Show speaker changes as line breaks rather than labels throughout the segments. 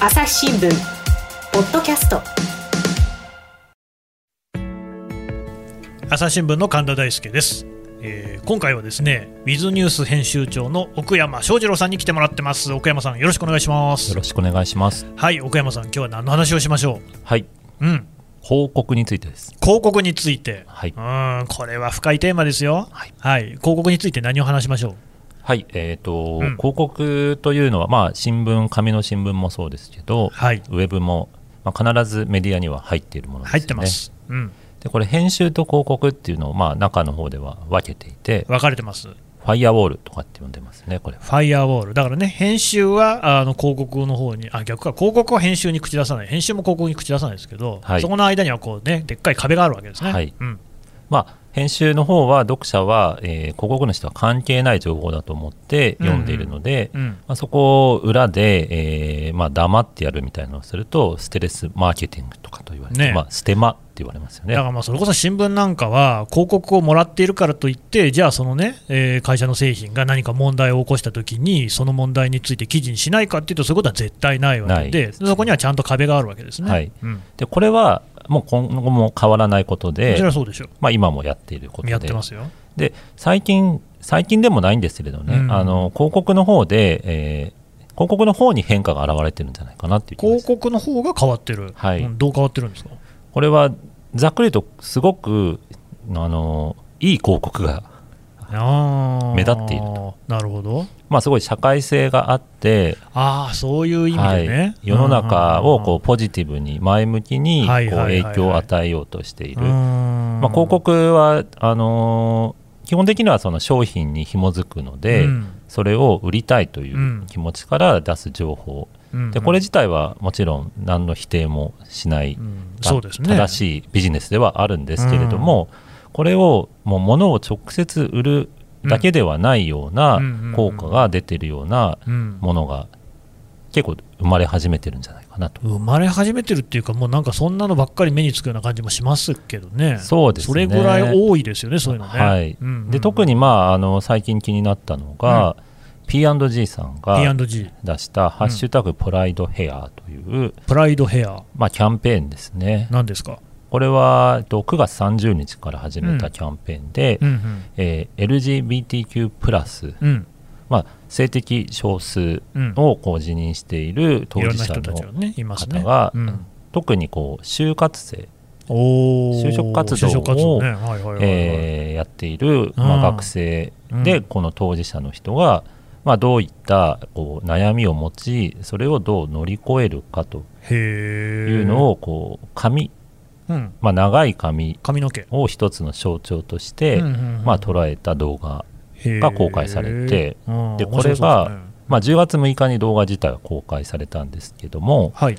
朝日新聞ポッドキャスト
朝日新聞の神田大輔です、えー今回はですねウィズニュース編集長の奥山翔二郎さんに来てもらってます奥山さんよろしくお願いします
よろしくお願いします。
はい奥山さん今日は何の話をしましょ
はい、
ううん
報告についてです。
広告について、
はい
うんこれは深いテーマですよはい、広告について何を話しましょう
はい、えっ、と、
うん
広告というのは、まあ、新聞、紙の新聞もそうですけど、
はい
ウェブも、まあ、必ずメディアには入っているものですよね。
入ってます、うん
で、これ、編集と広告っていうのを、まあ、中の方では分けていて、
分かれてますフ
ファイアウォールとかって呼んでますね、これ。
ァイアウォールだからね編集はあの広告の方にあ逆か広告は編集に口出さない編集も広告に口出さないですけど、
はい
そこの間にはこうねでっかい壁があるわけですね
はい
うん
まあ、編集の方は、読者は、えー広告主とは関係ない情報だと思って読んでいるので、
うん
まあ、そこを裏で、えーまあ、黙ってやるみたいなのをするとステレスマーケティングとかと言われて、
ね
まあ、ステマって言われますよね
だからまあそれこそ新聞なんかは広告をもらっているからといってじゃあそのね、えー会社の製品が何か問題を起こしたときにその問題について記事にしないかっていうとそういうことは絶対ないわけ
ない
で
ですね
そこにはちゃんと壁があるわけですね。
はい
うん、
でこれはもう今後も変わらないこと
そ
で
れ、はそうでしょ
まあ、今もやっていることで
やってますよ。
で最近最近でもないんですけれどね、
うん
あの広告の方で、えー広告の方に変化が現れてるんじゃないかなっていう気が
広
します
告の方が変わってる、
はい
うんどう変わってるんですか
これはざっくりとすごくあのいい広告が、
あー
目立っている
なるほど
まあ、すごい社会性があって
ああそういう意
は
味でね、
い、世の中をこうポジティブに前向きにこ
は
う
いはいはいはい
影響を与えようとしている、
ま
まあ、広告はあのー基本的にはその商品に紐づくので、それを売りたいとい
ん
う気持ちから出す情報、でこれ自体はもちろん何の否定もしない、
うん
まあ
そうですね
正しいビジネスではあるんですけれども、これをもう物を直接売るだけではないような
うんうんうんうん
効果が出てるような
うん
ものが結構生まれ始めてるんじゃないかなと。
生まれ始めてるっていうか、もうなんかそんなのばっかり目につくような感じもしますけどね、
そうですね
それぐらい多いですよね、そういうのね。
はい
うんうん
で特に、まあ、あの最近気になったのが、P&G さんが
P&G、
出した「ハッシュタグプライドヘア」という、
プライドヘア、
まあ、キャンペーンですね。
なんですか、
これは、えっと9月30日から始めたキャンペーンで、
うんうん
えー LGBTQ+、プラス
うん
まあ、性的少数
うん、
をこう辞任している当
いろん
事
な
者
人たちが
の
ね、いますね。
方が
うん
特にこう就活生
おー
就職活動を
就職活動ね、はいはいはいはい
えーやっている、まあ
うん
学生で、
うん
この当事者の人が、まあ、どういったこう悩みを持ちそれをどう乗り越えるかと
へ
い
いう
のをこう紙、
うん、
まあ、長い髪
髪の毛、
を一つの象徴として、まあ、捉えた動画、
が
が公開されて、
うん
で
面白そう
これが
すね
まあ、10月6日に動画自体は公開されたんですけども
はい、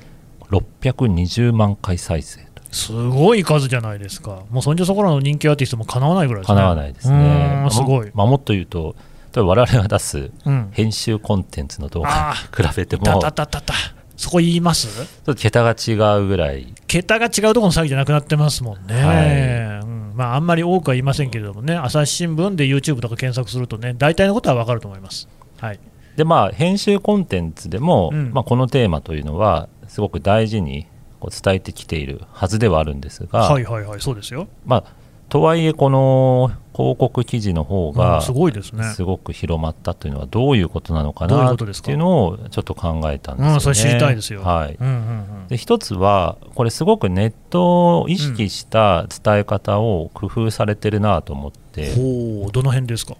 620万回再生と
すごい数じゃないですか、もうそんじょそこらの人気アーティストもかなわないぐらいですね。
かなわないです
う
ね
ー。んすごい。
まあ、もっと言うと例えば我々が出す
うん、
編集コンテンツの動
あ
画に比べても
たたたたた、そこ言います
ちょっと桁が違うぐらい、
桁が違うところの詐欺じゃなくなってますもんね、
は
うんまあ、あんまり多くは言いませんけれどもね、朝日新聞で YouTube とか検索するとね、大体のことは分かると思います。はい、
でまあ、編集コンテンツでも、
うん
まあ、このテーマというのは、すごく大事にこう伝えてきているはずではあるんですが、
はいはいはい、そうですよ、
まあ、とはいえ、この広告記事の方
う
が
んすごいですね。
すごく広まったというのは、どういうことなのか
どういう
な
こ
っ
とですか
ていうのをちょっと考えたんですよね。
うんそれ知りたいですよ
はい
うんうん
で一つは、これすごくネットを意識した伝え方を工夫されてるなと思って、
うん、ほう、どの辺ですか、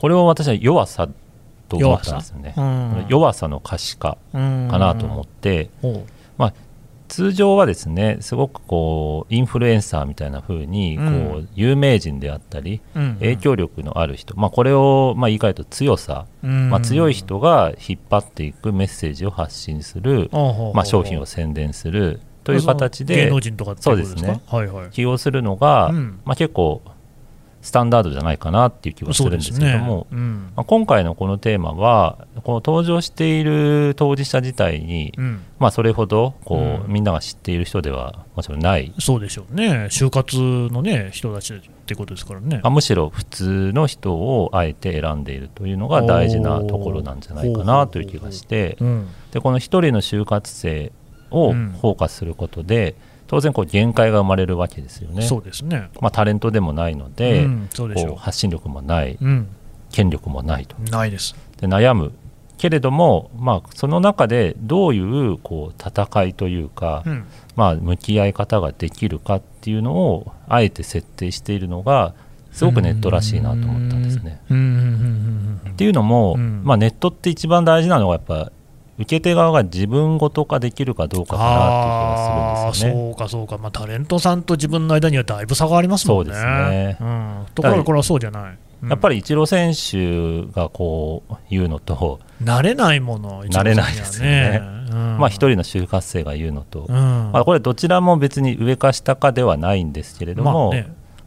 これを私は弱さと思ったんですよね。
うん
弱さの可視化かなと思って、
ほ
まあ、通常はですねすごくこうインフルエンサーみたいな風にこう、
うん
有名人であったり
ううん
影響力のある人、まあ、これをまあ言い換えると強さ、
うん
まあ、強い人が引っ張っていくメッセージを発信する、まあ、商品を宣伝するという形
芸
で
能人とかってことですか
そうですね
はいはい
起用するのが、
うん
まあ、結構スタンダードじゃないかなっていう気がす
そう
るん
で
ですすけど
ね
も、。
うん
まあ、今回のこのテーマはこの登場している当事者自体に、
うん
まあ、それほどこう、
うん
みんなが知っている人ではもちろんない
そうでしょうね、就活の、ね、人たちってことですからね
まあ、。むしろ普通の人をあえて選んでいるというのが大事なところなんじゃないか
おー
なという気がして
うん
でこの一人の就活生を
うん
フォーカスすることで当然こう限界が生まれるわけですよね。
そうですね、
まあ、タレントでもないので、
うんそうでし
こう
ょ、
発信力もないう
うん、
権力もないと
ないです、
で悩むけれども、まあ、その中でどういうこう戦いというか、
うん
まあ、向き合い方ができるかっていうのをあえて設定しているのがすごくネットらしいなと思ったんですね。
うんうんうんうんうん
っていうのも、
うん
まあ、ネットって一番大事なのがやっぱ受け手側が自分ごと化できるかどうかかな
あー
っていう気がするんですよね。
そうか、そうか、まあ、タレントさんと自分の間にはだいぶ差がありますもんね。
そうですね
うん、ところがこれはそうじゃない。
やっぱ
り、
りイチロー選手がこう言うのと、
慣れないもの、一番
慣れないですよね
にはね
まあ、一、人の就活生が言うのと、
うんうん
まあ、これどちらも別に上か下かではないんですけれども、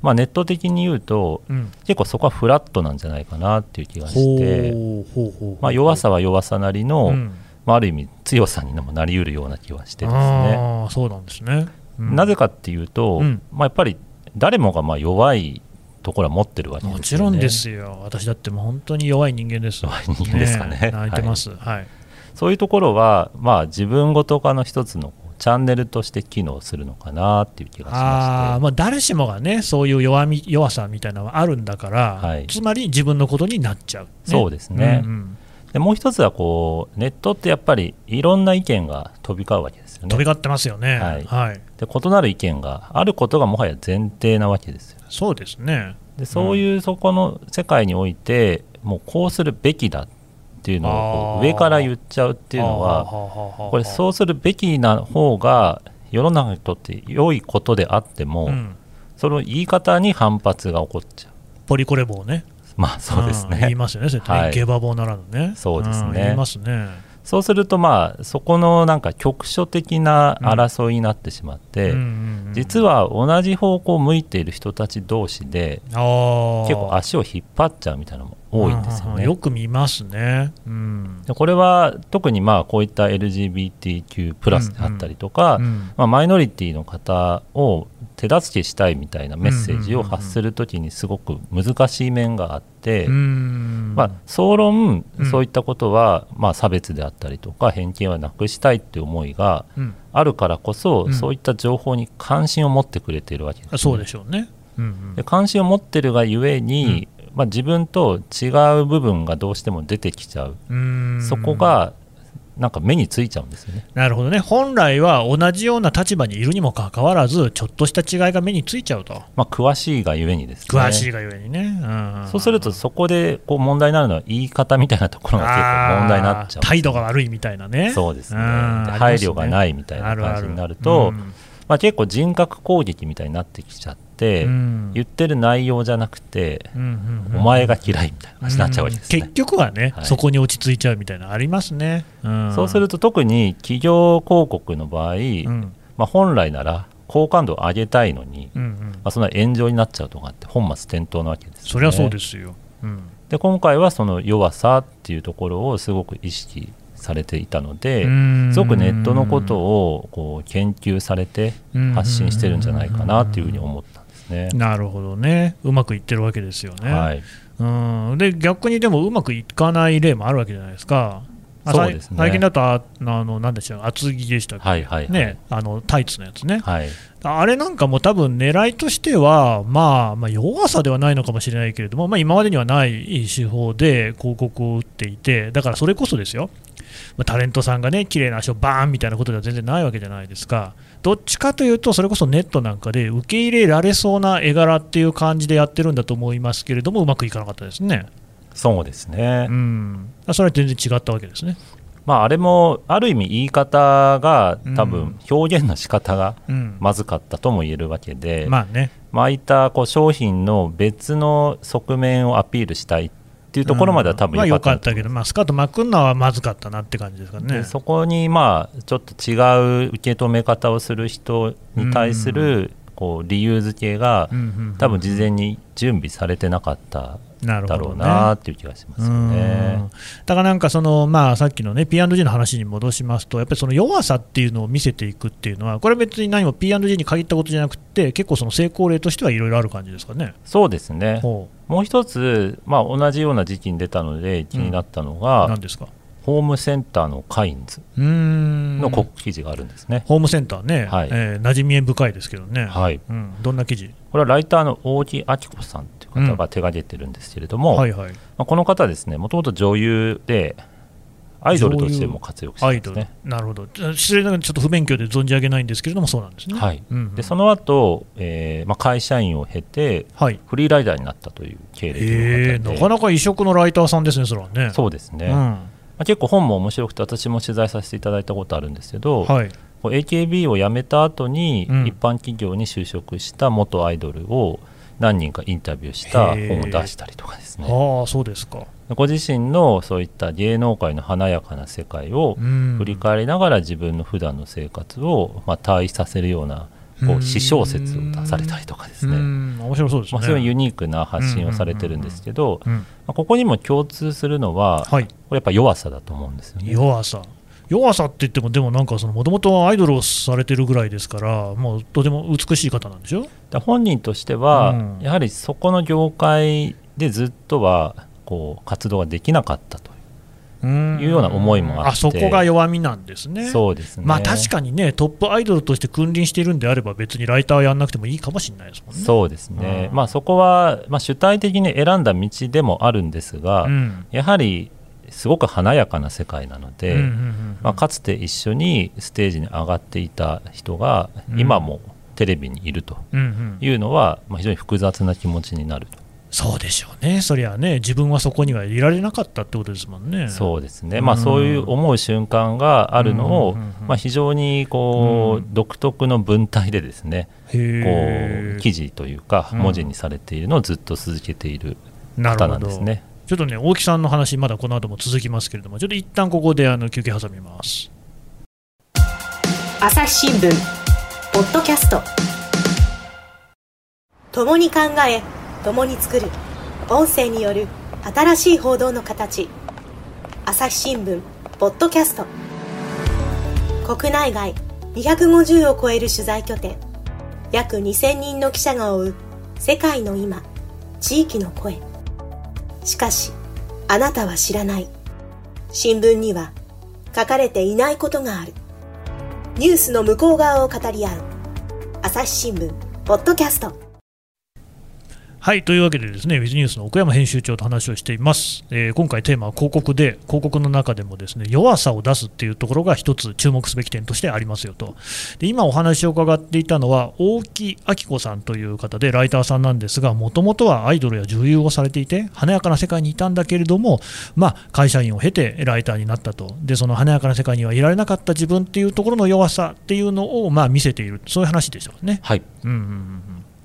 まあ
ね
ネット的に言うと
うん、
結構そこはフラットなんじゃないかなっていう気がして、
ほうほうほうほう
まあ、弱さは弱さなりの、
うん
まあ、ある意味強さにもなりうるような気はしてですね、
あーそうなんですね。うん
なぜかっていうと、
うん
まあ、やっぱり誰もがまあ弱いところは持ってるわけですよね
もちろんですよ、私だってもう本当に弱い人間です。
弱い人間ですかね
え泣いてます、はい。
そういうところは、まあ、自分ごと化の一つのこうチャンネルとして機能するのかなっていう気が
あ
しま
あ
して
まあ、誰しもがね、そういう弱み弱さみたいなのはあるんだから、
はい
つまり自分のことになっちゃう、
そうですね
うん
でもう一つはこうネットってやっぱりいろんな意見が飛び交うわけです
う
よ
ん
ね
飛び交ってますよね、は
はいいで異なる意見があることがもはや前提なわけですよ
そうですね、
でそういうそこの世界において、もうこうするべきだっていうのをこ
あ
う
ー
上から言っちゃうっていうのはこ
こ
れそうするべきな方が世の中にとって良いことであっても、
うん、
その言い方に反発が起こっちゃう
ポリコレ棒ね、
まあそうです
ん言い
ね
ますよね、それってね、
はい
下馬棒ならぬね、
そうですね
ん言いますね、
そうするとまあそこのなんか局所的な争いになってしまって、
うんうんうん
実は同じ方向を向いている人たち同士で
あー
結構足を引っ張っちゃうみたいなのも多いんですよ
うう
ね
うよ。く見ますね、うん、
でこれは特にまあこういった LGBTQ+ プラスであったりとか、
うん
まあ、マイノリティの方を手助けしたいみたいなメッセージを発するときにすごく難しい面があって、
うん
まあ、総論
うん
そういったことはまあ差別であったりとか偏見はなくしたいっていう思いが
うん
あるからこそ、
うん
そういった情報に関心を持ってくれているわけですね、
あそうでしょうね。うんうん
で関心を持ってるがゆえに、まあ、自分と違う部分がどうしても出てきちゃう
うーん
そこがなんか目についちゃうんですよね。
なるほどね本来は同じような立場にいるにもかかわらずちょっとした違いが目についちゃうと
まあ、詳しいがゆえにですね。
詳しいがゆえにね、うん
そうするとそこでこう問題になるのは言い方みたいなところが結構問題になっちゃ
あー態度が悪いみたいなね
う。そうですね。
う
で
んありま
配
すね
慮がないみたい
あ
な
るあ
感
る
じになると
うん、
まあ、結構人格攻撃みたいになってきちゃって、
うん
言ってる内容じゃなくて、
うんうんうん
お前が嫌いみたいな話になっちゃうわけです
うん
ね
結。局はね、
はい
そこに落ち着いちゃうみたいなのありますね、ん
そうすると特に企業広告の場合、
うん
まあ、本来なら好感度を上げたいのに、
うんうん
まあ、そんな炎上になっちゃうとかって本末転倒なわけです、ね、
そりゃそうですよ、うん
で今回はその弱さっていうところをすごく意識されていたので、すごくネットのことをこう研究されて
うん
発信してるんじゃないかなっていうふうに思ったんですね。
なるほどねうまくいってるわけですよね、
はい、
うん、で逆にでもうまくいかない例もあるわけじゃないですか、あ
そうですね
さい最近だとああの、なんでしたっけ厚着でしたっけ、
はいはいはい
ね、あのタイツのやつね、
はい
あれなんかも多分狙いとしては、まあ、まあ弱さではないのかもしれないけれども、まあ、今までにはない手法で広告を打っていて、だからそれこそですよ、まあ、タレントさんがね綺麗な足をバーンみたいなことでは全然ないわけじゃないですか、どっちかというと、それこそネットなんかで受け入れられそうな絵柄っていう感じでやってるんだと思いますけれども、うまくいかなかったですね、
そうですね、
うん、それは全然違ったわけですね。
まあ、あれもある意味言い方が
う
多
ん
分表現の仕方が
うん
まずかったとも言えるわけで、ま
まあね、
ああいったこう商品の別の側面をアピールしたいっていうところまでは多分
まあ
良
良
か
か
っ
ったたけど、まあ、スカートまくんのはまずかったなって感じですか
で
ね。
そこにまあちょっと違う受け止め方をする人に対するこう理由付けが
うんうんうん
多分事前に準備されてなかった
なる
だ
ほ
ろう
ど
な
ね
っていう気がしま
う
すよね
ん。だからなんかその、まあ、さっきの、ね、P&G の話に戻しますと、やっぱりその弱さっていうのを見せていくっていうのは、これは別に何も P&G に限ったことじゃなくて、結構その成功例としてはいろいろある感じですかね。
そうですね
ほ
もう一つ、まあ、同じような時期に出たので気になったの
う
が、
なんですか
ホームセンターのカインズ
うーん
の告記事があるんですね、
ホームセンターね、
はい
えー馴染みえ深いですけどね、
はい、
うん、どんな記事
これはライターの大木明子さんという方が手がけてるんですけれども、
はいはい、
まあ、この方ですねもともと女優でアイドルとしても活躍して
ア
る
イ
んで
ド
す
ル
ね、
なるほど、失礼ながらちょっと不勉強で存じ上げないんですけれども、そうなんですね。
はい
うんうん
でその後、えーまあ会社員を経て
はい、
フリーライダーになったという経歴
へえ
の方
な
で、
かなか異色のライターさんですね、それはね。
そうですね、
う
ま
ん
あ、結構本も面白くて私も取材させていただいたことあるんですけど、
はい、
こう AKB を辞めた後に
うん
一般企業に就職した元アイドルを何人かインタビューした
へえ
本を出したりとかですね
ああ、そうですか。
ご自身のそういった芸能界の華やかな世界を
うん
振り返りながら自分の普段の生活をまあ対比させるような
う
こ
ん
う詩小説を出されたりとかです
う
ね
ん面白そうです
ま
ね。
あ非常にユニークな発信をされてるんですけど
うん
まあここにも共通するのはこ
はい、
れやっぱ弱さだと思うんですよね。
弱さ。弱さって言っても、でもなんかその、もともとアイドルをされてるぐらいですから、もうとても美しい方なんでしょ
だから本人としては、
うん
やはりそこの業界でずっとはこう活動ができなかったといううような思いもあって
あそこが弱みなんです
う、
ね。
そうですね
まあ確かにね、トップアイドルとして君臨しているんであれば、別にライターはやんなくてもいいかもしれないですもんね。
そうですね、
うん
まあ、そこは、まあ、主体的に選んだ道でもあるんですが、
うん
やはりすごく華やかな世界なので、
うんうんうん
まあ、かつて一緒にステージに上がっていた人が
うん
今もテレビにいると
うんうん
いうのは、まあ、非常に複雑な気持ちになると。
そうでしょうね、そりゃね、自分はそこにはいられなかったってことですもんね。
そうです
う
ね、
ん
まあ、そういう思う瞬間があるの
う
を
んうんうんうん、
まあ、非常にこ
う
う独特の文体でですね、こ
へ
う
ー
記事というか、
うん
文字にされているのをずっと続けている
な
方
るほ
なん
ど
ですね。
ちょっとね、大木さんの話、まだこの後も続きますけれども、ちょっと一旦ここであの休憩挟みます。
朝日新聞ポッドキャスト
共に考え共に作る音声による新しい報道の形朝日新聞ポッドキャスト国内外250を超える取材拠点約2000人の記者が追う世界の今地域の声しかしあなたは知らない新聞には書かれていないことがあるニュースの向こう側を語り合う朝日新聞ポッドキャスト
はいというわけでですね、ウィズニュースの奥山編集長と話をしています、えー今回テーマは広告で、広告の中でもですね弱さを出すっていうところが一つ注目すべき点としてありますよと、で今お話を伺っていたのは、大木明子さんという方で、ライターさんなんですが、もともとはアイドルや女優をされていて、華やかな世界にいたんだけれども、まあ、会社員を経てライターになったと、でその華やかな世界にはいられなかった自分っていうところの弱さっていうのを、まあ、見せている、そういう話でしたもんね。
はい、
うんうんうんうん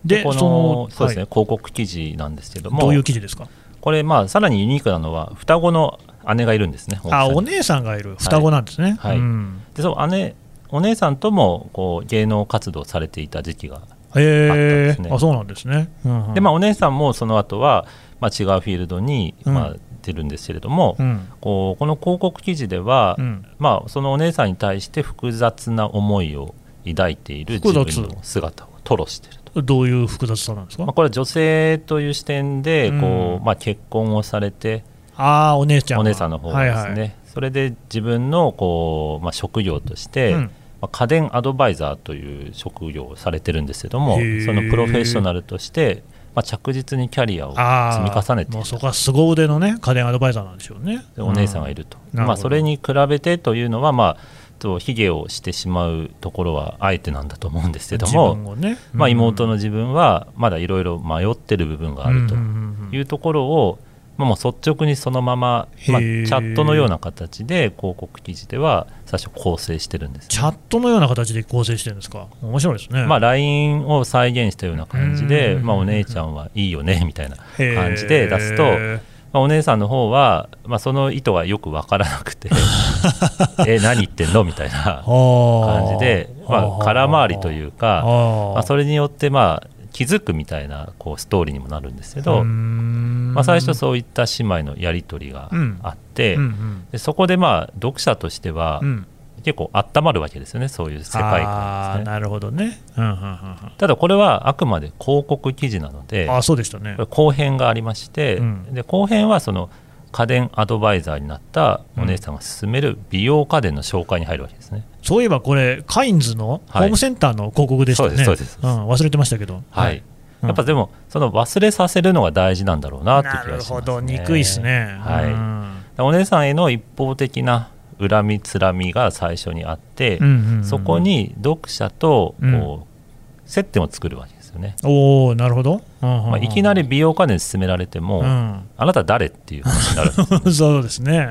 でこのそうです
は
ね、
い
広告記事なんですけども
どういう記事ですか
これまあさらにユニークなのは双子の姉がいるんですね。大木さ
あ
んに
お姉さんがいる双子なんですね、
はい
うん
でその姉お姉さんともこう芸能活動されていた時期が
へえ
あったんですね
あそうなんですね、うんうん
でまあ、お姉さんもその後は、まあ、違うフィールドに、
うん
まあ、出るんですけれども、
うん
こうこの広告記事では、
うん
まあ、そのお姉さんに対して複雑な思いを抱いている自
複雑
分の姿を吐露していると、
どういう複雑さなんですか、
まあ、これは女性という視点でこう、
うん
まあ、結婚をされて
ああお姉ちゃん
お
は
姉さんの方がですね、
はいはい
それで自分のこう、まあ、職業として、
うん
まあ家電アドバイザーという職業をされてるんですけども
へー
そのプロフェッショナルとして、まあ、着実にキャリアを
あー
積み重ねてい
もう
る
そこは凄腕のね家電アドバイザーなんでしょうね
でお姉さんが
い
い
る、
ると、
うんなるほど
まあ、それに比べてというのはまあと卑下をしてしまうところはあえてなんだと思うんですけど
自
も、
分をね、
まあ、妹
の
の自分はまだいろいろ迷ってる部分があるというところを、まあ、もう率直にそのまま、まあ、
へ
チ
ー
ャットのような形で広告記事では最初構成してるんですね、
チャットのような形で構成してるんですか面白いですね、
まあ、LINE を再現したような感じで、
うん
まあ、お姉ちゃんはいいよねみたいな、ま
へー
感じで出すとあ、お姉さんの方は、まあ、その 意図がよくわからなくてえ何言ってんのみたいな
あー
感じでま
はあはあ
あ、空回りという
あ
か、
ー
まあ、それによって、まあ、気づくみたいなこうストーリーにもなるんですけど、ま
ま
あ、最初そういった姉妹のやり取りがあって、
うんうん
でそこでまあ読者としては
うん
結構温まるわけですよねそういう世界
あー
観ですね
なるほどね。うんうんうんうん
ただこれはあくまで広告記事なので
あそうでしたね
これ。後編がありまして、
うん
で後編はその家電アドバイザーになったお姉さんが勧める美容家電の紹介に入るわけですね、
そういえばこれ、カインズのホ
はい
ームセンターの広告でしたね。
そうですそうです
ん忘れてましたけど。
はい
うん
やっぱでもその忘れさせるのが大事なんだろうなっていう
な
気がしま
る
す、ね、
ほど、憎いですね。
はい
うん
お姉さんへの一方的な恨みつらみが最初にあって、
うんうんうん
そこに読者とこう、
うん
接点を作るわけですよね、
おおなるほど。ま
まあ、いきなり美容家電勧められても、
うん
あなた誰っていう話になる
そうですね。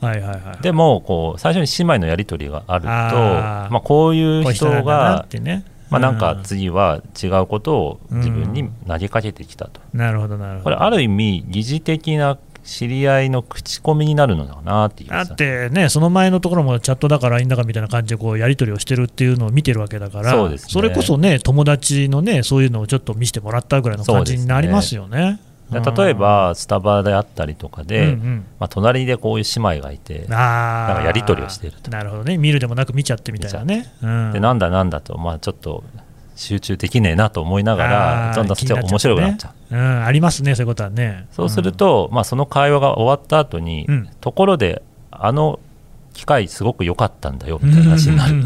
はいはいはい。
でもこう最初に姉妹のやり取りがあると
あー
まあ、こ
こう
うい
いうう
人
人なんだな
が
ってね。
まあ、なんか
う
次は違うことを自分に投げかけてきたと、
なるほどなるほ
こ
ど。
れある意味疑似的な知り合いの口コミになるのかなっていう気
だ
が
っ
する
てね、その前のところもチャットだか LINE だかみたいな感じでこうやり取りをしてるっていうのを見てるわけだから、
そうですね
れこそね、友達のね、そういうのをちょっと見せてもらったぐらいの感じになりますよね。
だから例えばスタバであったりとか
うん、
で、
うん
まあ、隣でこういう姉妹がいて
うん、あー
なんかやり取りをしていると
なるほどね、見るでもなく見ちゃってみたいなね。うん
でなんだなんだと、まあ、ちょっと集中できねえなと思いなが
あ
ら
ー
どんどんそっちが面白くなっちゃう。
気になっちゃうねうん、ありますね、そういうことはね。
そうすると、まあ、その会話が終わった後に、
うん
ところであの機械すごく良かったんだよ
うん、
みたいな話になる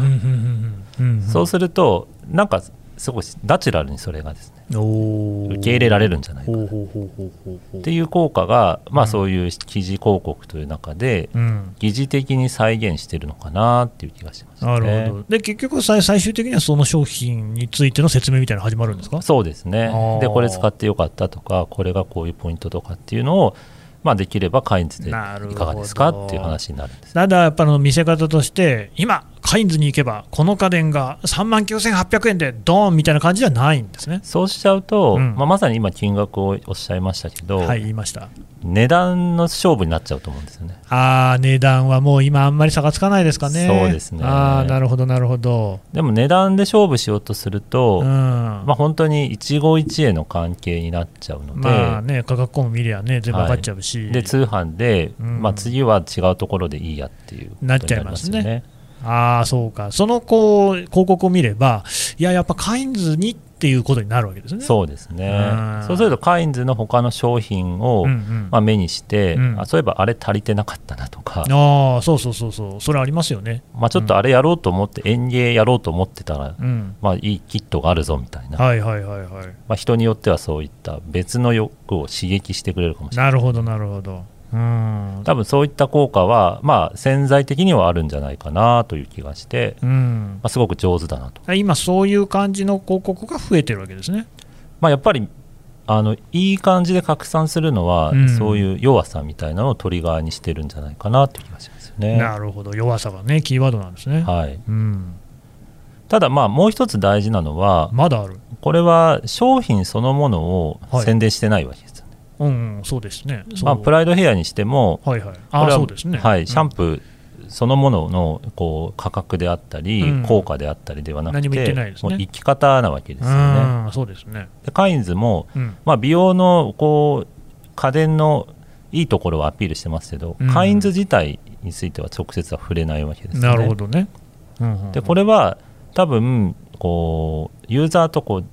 と、
る
そうするとなんかすごいナチュラルにそれがですね
受
受け入れられるんじゃないか
ほ
な
うほうほうほうほうほう
っていう効果が、ま
う
あ、
ん
そういう記事広告という中で
うん
疑似的に再現してるのかなっていう気がしますね。
なるほど。で、結局最、最終的にはその商品についての説明みたいなの始まるんですか
そうですね
あー
でこれ使ってよかったとかこれがこういうポイントとかっていうのを、まあ、できればカインズでい
なるほど
かがですかっていう話になるんです
ただ、やっぱの見せ方として、今、カインズに行けば、この家電が3万9800円でドーンみたいな感じじゃないんですね。
そうしちゃうと、
うん
まあ、まさに今金額をおっしゃいましたけど、
はい、言いました。
値段の勝負になっちゃうと思うんですよね
あー値段はもう今、あんまり差がつかないですかね。
そうですね
あーなるほど、なるほど。
でも値段で勝負しようとすると、
うん
まあ、本当に一期一会の関係になっちゃうので、
まあね、価格項目見りゃね、全部分かっちゃうし、
で通販で、
うん
まあ、次は違うところでいいやっていうことに
なっちゃいますね
なり
ああ、そうか、そのこう広告を見れば、いや、やっぱカインズにっていうことになるわけですね。
そうです
う
ね
ん
そうするとカインズの他の商品を、
うんうん
まあ、目にして、
うん
あそういえばあれ足りてなかったなとか、
ああ、そうそうそうそう、それありますよね。
まあ、ちょっとあれやろうと思って、園芸やろうと思ってたら、
うん。
まあ、いいキットがあるぞみたいな、
はいはいはいはい。
まあ、人によってはそういった別の欲を刺激してくれるかもしれない
なるほど、なるほど。うん。
多分そういった効果は、まあ、潜在的にはあるんじゃないかなという気がして、
うん
ま、あ、すごく上手だなと、
今、そういう感じの広告が増えてるわけですね。
まあ、やっぱりあのいい感じで拡散するのは、
うん
そういう弱さみたいなのをトリガーにしてるんじゃないかなという気がしますよね。
なるほど、弱さがね、キーワードなんですね。
はい、
うん、
ただまあもう一つ大事なのは、
まだある。
これは商品そのものを
はい
宣伝してないわけですよね、
うん、うんそうですね。そう
まあ、プライドヘアにしても
はいはい。
こ
あ
れ
あ、
は
そうですね。
はい、シャン
ー、
プーそのもののこう価格であったり、
うん
効果であったりではなく
何
て
も言ってないですね
もう生き方なわけですよね。
うん、そうですね。
でカインズも、
うん。
まあ、美容のこう家電のいいところをアピールしてますけど、
うん
カインズ自体については直接は触れないわけですよね。
なるほどね。うんうん
でこれは多分こうユーザーとこう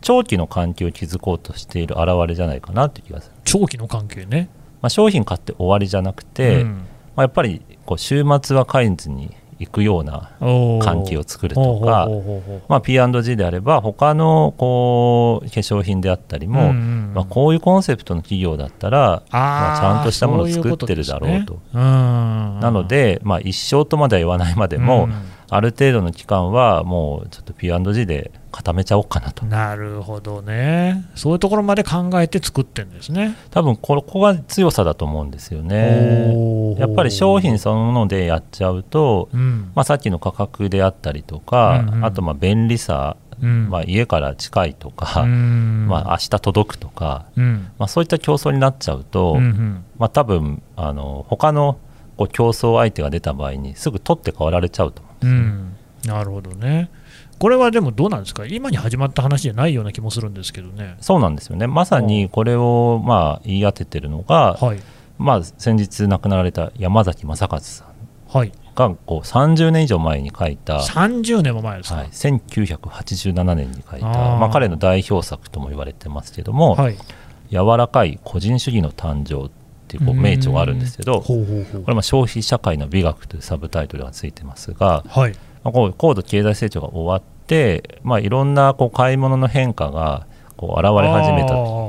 長期の関係を築こうとしている表れじゃないかなって気がする、
長期の関係ね。
まあ、商品買って終わりじゃなくて、
うん
まあ、やっぱりこう週末はカインズに行くような関係を作るとか
ほうほうほうほうほう
まあ、P&G であれば他のこう化粧品であったり
う
も、
んうんうん
まあ、こういうコンセプトの企業だったらまあちゃんとしたものを作ってるだろうとな
な
の、で、まあ、一生とまでは言わないまでも、
うん
ある程度の期間はもうちょっと P&G で固めちゃおうかなと
なるほどね、そういうところまで考えて作ってるんですね。
多分ここが強さだと思うんですよね
おー
やっぱり商品、そのものでやっちゃうと、
うん
まあ、さっきの価格であったりとか、
うんうん
あとまあ便利さ、
うん
まあ、家から近いとか、
うん
まあ、明日届くとか、
うん
まあ、そういった競争になっちゃう
う
と、
んうん
まあ、多分あの他のこう競争相手が出た場合にすぐ取って代わられちゃうと思う
うんなるほどね。これはでもどうなんですか、今に始まった話じゃないような気もするんですけどね。
そうなんですよねまさにこれをまあ言い当ててるのが、
はい、
まあ、先日亡くなられた山崎正和さん
はい、
がこう30年以上前に書いた、はい、
30年も前ですか。はい
1987年に書いた
あー
まあ、彼の代表作とも言われてますけども「柔らかい個人主義の誕生」っていうこう名著があるんですけどこ
ほうほうほう
れはまあ消費社会の美学というサブタイトルがついてますが、
はい、
まあ、こう高度経済成長が終わって、まあ、いろんなこう買い物の変化がこう現れ始め
あ
た
ー
と
はあは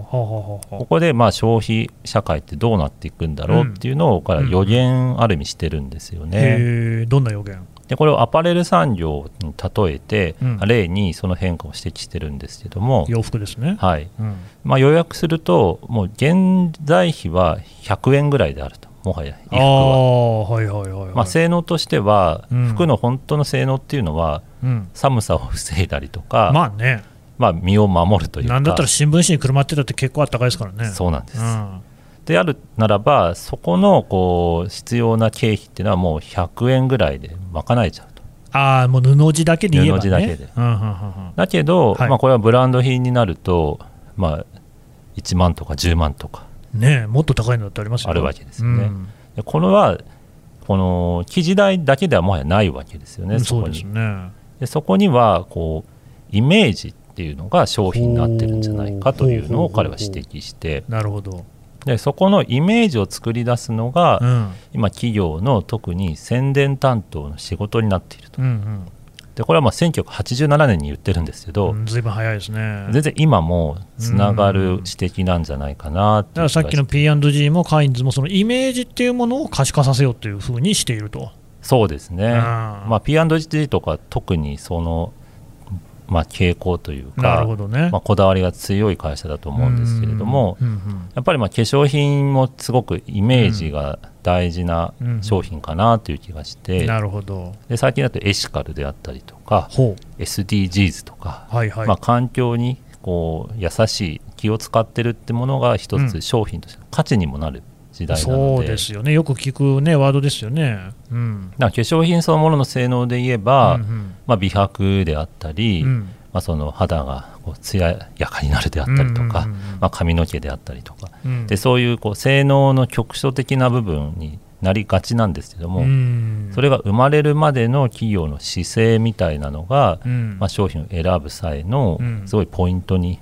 あは
ここでまあ消費社会ってどうなっていくんだろうっていうのをから予言ある意味してるんですよ
あ
ね。
へえ、どんな予言
でこれをアパレル産業に例えて、
うん
例にその変化を指摘してるんですけども、
洋服ですね。
はい
うん、
まあ、予約するともう現在費は100円ぐらいであるともはや衣
あ
服は。
あ、はいはいはい、はい。
まあ、性能としては
うん
服の本当の性能っていうのは
うん、
寒さを防いだりとか、
まあね、
まあ、身を守るというか
なんだったら新聞紙にくるまってたって結構あったかいですからね。
そうなんです、
うん
であるならばそこのこう必要な経費っていうのはもう100円ぐらいで賄えちゃうと
ああ、もう布地だけで言えば、ね、
布地だけで
うんうんうんうん
だけど、
はい
まあ、これはブランド品になると、まあ、1万とか10万とか
ねえもっと高いのだってありますよ
あるわけですよね
うん
でこれはこの生地代だけではもはやないわけですよね、そ
そ
こ
うで
に
すね。
でそこにはこうイメージっていうのが商品になってるんじゃないかというのを彼は指摘して
なるほど。
でそこのイメージを作り出すのが、
うん。うん
今企業の特に宣伝担当の仕事になっていると
うん
でこれはまあ1987年に言ってるんですけど、
うん。ずいぶん早いですね。
全然今もつながる指摘なんじゃないかなって
だから
いう気が
さ
し
っきの P&G もカインズもそのイメージっていうものを可視化させようというふうにしていると。
そうですね、
あー
まあ、P&G とか特にその、まあ、傾向という
なる
か
ほ、どね。
まあ、こだわりが強い会社だと思うんですけれども、
うんうん
やっぱりまあ化粧品もすごくイメージが大事な
うん
商品かなという気がして、
なるほど。
で最近だとエシカルであったりとか
ほ
SDGs とか、
う。はいはい。
まあ、環境にこう優しい気を使ってるってものが一
う
つ
ん
商品としての価値にもなる時代なの
そ
で,、
うですよね。よく聞くね、ワードですよね。うん。
だから化粧品そのものの性能で言えば、
うん
まあ、美白であったり、
うんうん
まあ、その肌がこう艶やかになるであったりとか、
うんうんうんうん
まあ、髪の毛であったりとか、
うん
でそういうこう性能の局所的な部分になりがちなんですけども、
うん
それが生まれるまでの企業の姿勢みたいなのが、
うん
まあ、商品を選ぶ際の
うん
すごいポイントに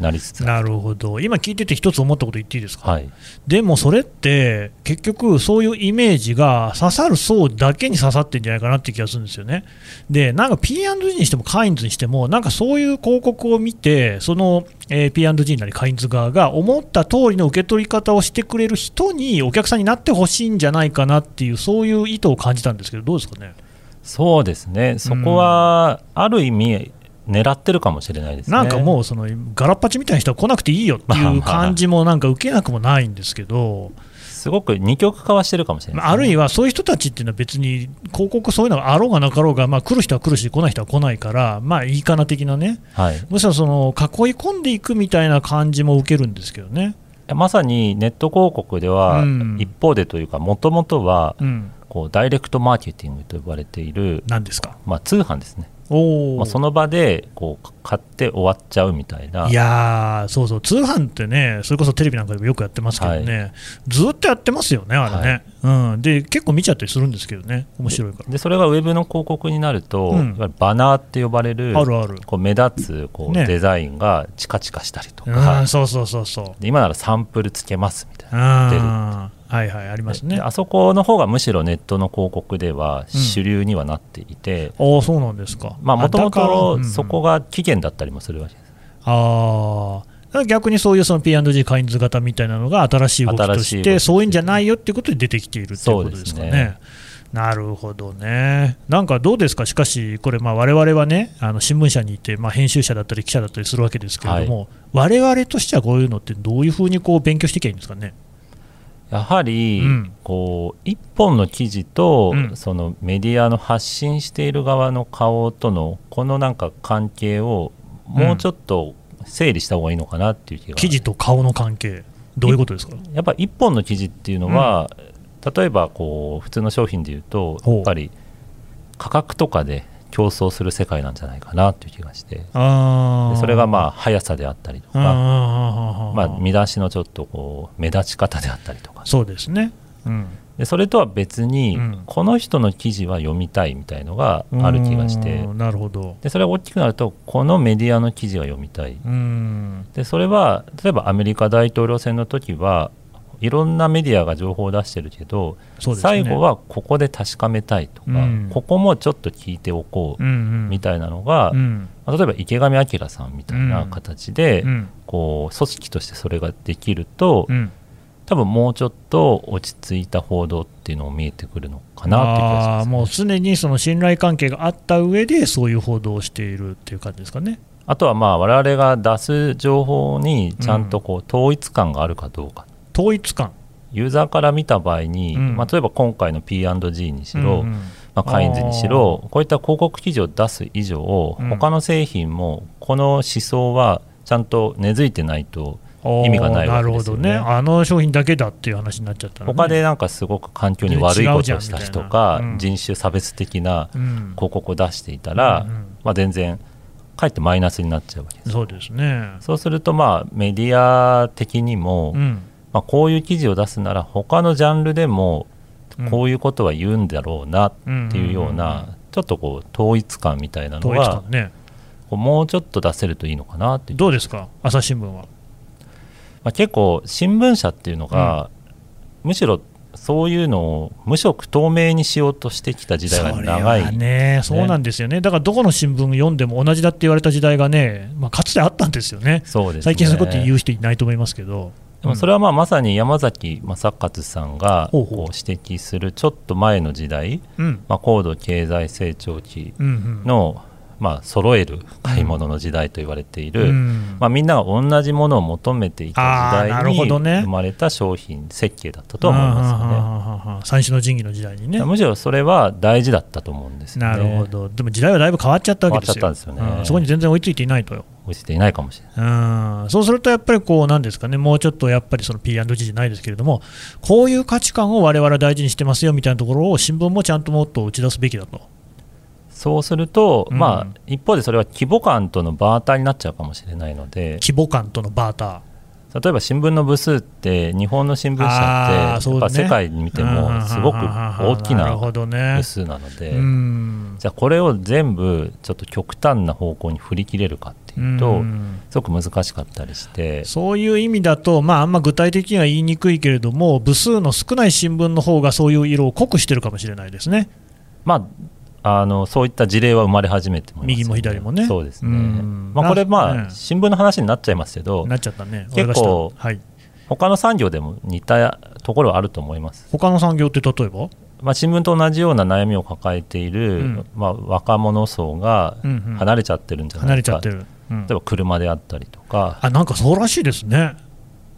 なりつつあ
なるほど、今聞いてて、一つ思ったこと言っていいです
る、
か、
はい、
でもそれって、結局、そういうイメージが刺さる層だけに刺さってんじゃないかなって気がするんですよね。で、なんか P&G にしてもカインズにしても、なんかそういう広告を見て、その、えー P&G なりカインズ側が思った通りの受け取り方をしてくれる人に、お客さんになってほしいんじゃないかなっていう、そういう意図を感じたんですけど、どうですかね。
そうですねそこはある意味狙ってるかもしれないですね
なんかもうそのガラッパチみたいな人は来なくていいよって
まあ
い
ま
う
あ
感じもなんか受けなくもないんですけど、
すごく二極化はしてるかもしれない
まあ、ある
意
いはそういう人たちっていうのは別に広告そういうのがあろうがなかろうが、まあ、来る人は来るし来ない人は来ないからまあいいかな的なね
はい、
むしろその囲い込んでいくみたいな感じも受けるんですけどね。
まさにネット広告では
うん
一方でというかもともとは
うん、
こうダイレクトマーケティングと呼ばれている、
なんですか
まあ、通販ですね、
おー
まあ、その場でこう買って終わっちゃうみたいない
やーそうそう通販ってねそれこそテレビなんかでもよくやってますけどね、ずっとやってますよねあれね、うん、で結構見ちゃったりするんですけどね面白いから
でそれがウェブの広告になると、
うん
いわゆるバナーって呼ばれる
あるある
こう目立つこう
ね
デザインがチカチカしたりとか、
うん、そうそうそうそう
で今ならサンプルつけますみたいな。
あーはいはいありますね
であそこの方がむしろネットの広告では主流にはなっていて、
ああそうなんですか
まあもとも
だからうんう
と
ん
そこが期限だったりもするわけです。
ああ、だから逆にそういうその P&G カインズ型みたいなのが新しい動きと
新しい
し、
動きとしてて
そういうんじゃないよってことで出てきているっていうことですか
そう
ね。
ですね
なるほどね、なんかどうですか、しかし、これ、われわれはね、あの新聞社にいて、まあ、編集者だったり記者だったりするわけですけれども、われわれとしてはこういうのって、どういうふうにこう勉強していけばいいんですかね。
やはり
うん
こう一本の記事と
うん
そのメディアの発信している側の顔とのこのなんか関係をもうちょっと整理した方がいいのかなっていう気が
記事と顔の関係、どういうことですか。
やっぱ一本の記事っていうのは、例えばこう普通の商品でいうと
ほう
やっぱり価格とかで競争する世界なんじゃないかなという気がして
あ
で
ー
それがまあ速さであったりと
あー
か、
あーあーあー
まあ、見出しのちょっとこう目立ち方であったりとか
そうですね、うん、
でそれとは別に、
うん
この人の記事は読みたいみたいのがある気がして
うんなるほど
でそれが大きくなるとこのメディアの記事は読みたい
うん
でそれは例えばアメリカ大統領選の時はいろんなメディアが情報を出してるけど、
そうですね
最後はここで確かめたいとか、
うん
ここもちょっと聞いておこう
うんうん
みたいなのが、
うん
まあ例えば池上彰さんみたいな形で、
うん
こう組織としてそれができると、
うん
多分もうちょっと落ち着いた報道っていうのも見えてくるのかなって気がし
あ
ま
あ
す、
ーもう常にその信頼関係があった上でそういう報道をしているっていう感じですかね。
あとはまあ我々が出す情報にちゃんとこう統一感があるかどうか、
統一感
ユーザーから見た場合に、
うん
まあ、例えば今回の P&G にしろ、
うんうん
まあ、カインズにしろこういった広告記事を出す以上
うん
他の製品もこの思想はちゃんと根付いてないと意味がないわけですよね
なるほどねあの商品だけだっていう話になっちゃったら、ね、
他でなんかすごく環境に悪いことをした人とか
違うじゃんみたいなうん
人種差別的な
うん
広告を出していたら
うんうん
まあ全然かえってマイナスになっちゃうわけです。
そうですね。
そうするとまあメディア的にも
うん
まあこういう記事を出すなら他のジャンルでも
うん
こういうことは言うんだろうなっていうよう
うんうん
なちょっとこう統一感みたいなの
統一
は
感ね。
こうもうちょっと出せるといいのかなっていう、
どうですか朝日新聞は。
まあ、結構新聞社っていうのが、むしろそういうのを無色透明にしようとしてきた時代が長
それはいね、そうなんですよね。だからどこの新聞読んでも同じだって言われた時代がね、まあ、かつてあったんですよね。
そうですね
最近そういうこと言う人いないと思いますけど。
でもそれはまあまさに山崎正勝さんが
ほう
こ
ほう
う指摘するちょっと前の時代、
うん
まあ、高度経済成長期
うんうん
の、まあ揃える買い物の時代と言われている、
うん
まあ、みんなが同じものを求めていた時
あーな
代
る
に
ほどね
生まれた商品設計だったとは思いますよね。
よね。三種の神器の時代にね。
むしろそれは大事だったと思うんですよね。
なるほど、でも時代はだいぶ変わっちゃったわけですよ。
変わっちゃったんですよね
うそこに全然追いついていないとよ。
落ちていないかもしれない。
うん、そうするとやっぱりこう、なんですかね、もうちょっとやっぱりその P&G じゃないですけれども、こういう価値観を我々は大事にしてますよみたいなところを新聞もちゃんともっと打ち出すべきだと。
そうすると、
うん
まあ、一方でそれは規模感とのバーターになっちゃうかもしれないので、
規模感とのバーター。
例えば新聞の部数って、日本の新聞社
あー
って、
そう
や
ね
っぱ世界に見ても、すごく大き
うんうんうんうんる
な
ほどね
部。数なので、
うん
じゃあこれを全部、ちょっと極端な方向に振り切れるかっていうと、
うん
すごく難しかったりして、
そういう意味だと、まあ、あんま具体的には言いにくいけれども、部数の少ない新聞の方がそういう色を濃くしてるかもしれないですね。
まあ、あのそういった事例は生まれ始めてますよ
右も左もね
そうですね、
うん
まあ、これ、まあ
ね
新聞の話になっちゃいますけど、
なっちゃったね、
結構
俺がしたはい、
他の産業でも似たところはあると思います、
他の産業って例えば、
まあ、新聞と同じような悩みを抱えている、
うん
まあ、若者層が
うんうん
離れちゃってるんじゃ
離
な
れ
い
ちゃ
か、
ってる、うん
例えば車であったりとか、
あなんかそうらしいですね、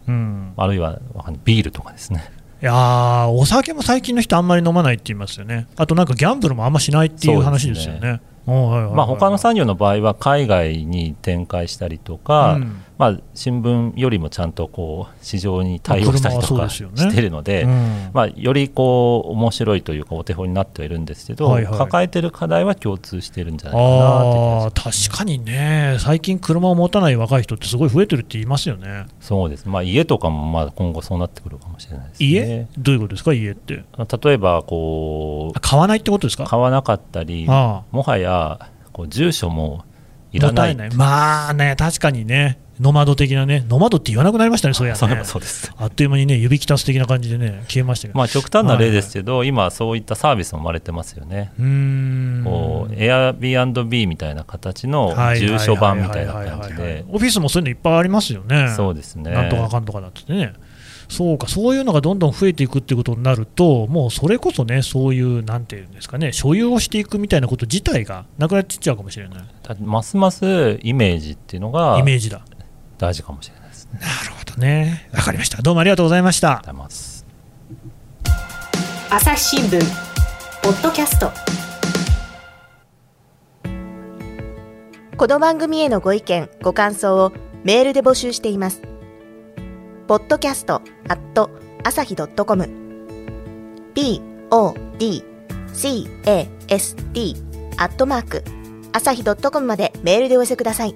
うん、
あるいはわかんないビールとかですね、
いやー、お酒も最近の人、あんまり飲まないって言いますよね、あとなんかギャンブルもあんましないっていう話ですよ
そう
ね。おうはいはいはい
まあ、他の産業の場合は海外に展開したりとか、
うん
まあ、新聞よりもちゃんとこう市場に対応したりと
まあ車はそう
か
です
し
よね
てるので。
うん
まあ、よりこう面白いというかお手本になってはいるんですけど、
はいはい
抱えてる課題は共通してるんじゃないかなって気がし
あ
ま
あー確かにね、最近車を持たない若い人ってすごい増えてるって言いますよね。
すそうです、まあ、家とかもまあ今後そうなってくるかもしれないですね
家、どういうことですか、家って。
例えばこ
あ買わないってことですか
買わなかったり
ああ
もはやこう住所もいらない
もったいまあね、確かにね、ノマド的なね、ノマドって言わなくなりましたね、そういや、ね、
そういえばそうです
あっという間にね、指きたす的な感じでね、消えましたけど、
まあ極端な例ですけど、今そういったサービスも生まれてますよね、
うーん、
こう Airbnb みたいな形の
はい
住所版みたいな感じ
はいはいはいはいはい
で
オフィスもそういうのいっぱいありますよね、
そうですね
なんとかかんとかだってね。そうかそういうのがどんどん増えていくってことになると、もうそれこそね、そういう、なんていうんですかね、所有をしていくみたいなこと自体がなくなっていっちゃうかもしれない、
だますますイメージっていうのが
イメージだ。な
大事かもしれないですね。ありがと
るほどね、わかりました、どうもありがとうございました
うご。ざいます
朝日新聞ポッドキャスト
この番組へのご意見、ご感想をメールで募集しています。podcast at 朝日 .com p o d c a s t アットマーク朝日 .com までメールでお寄せください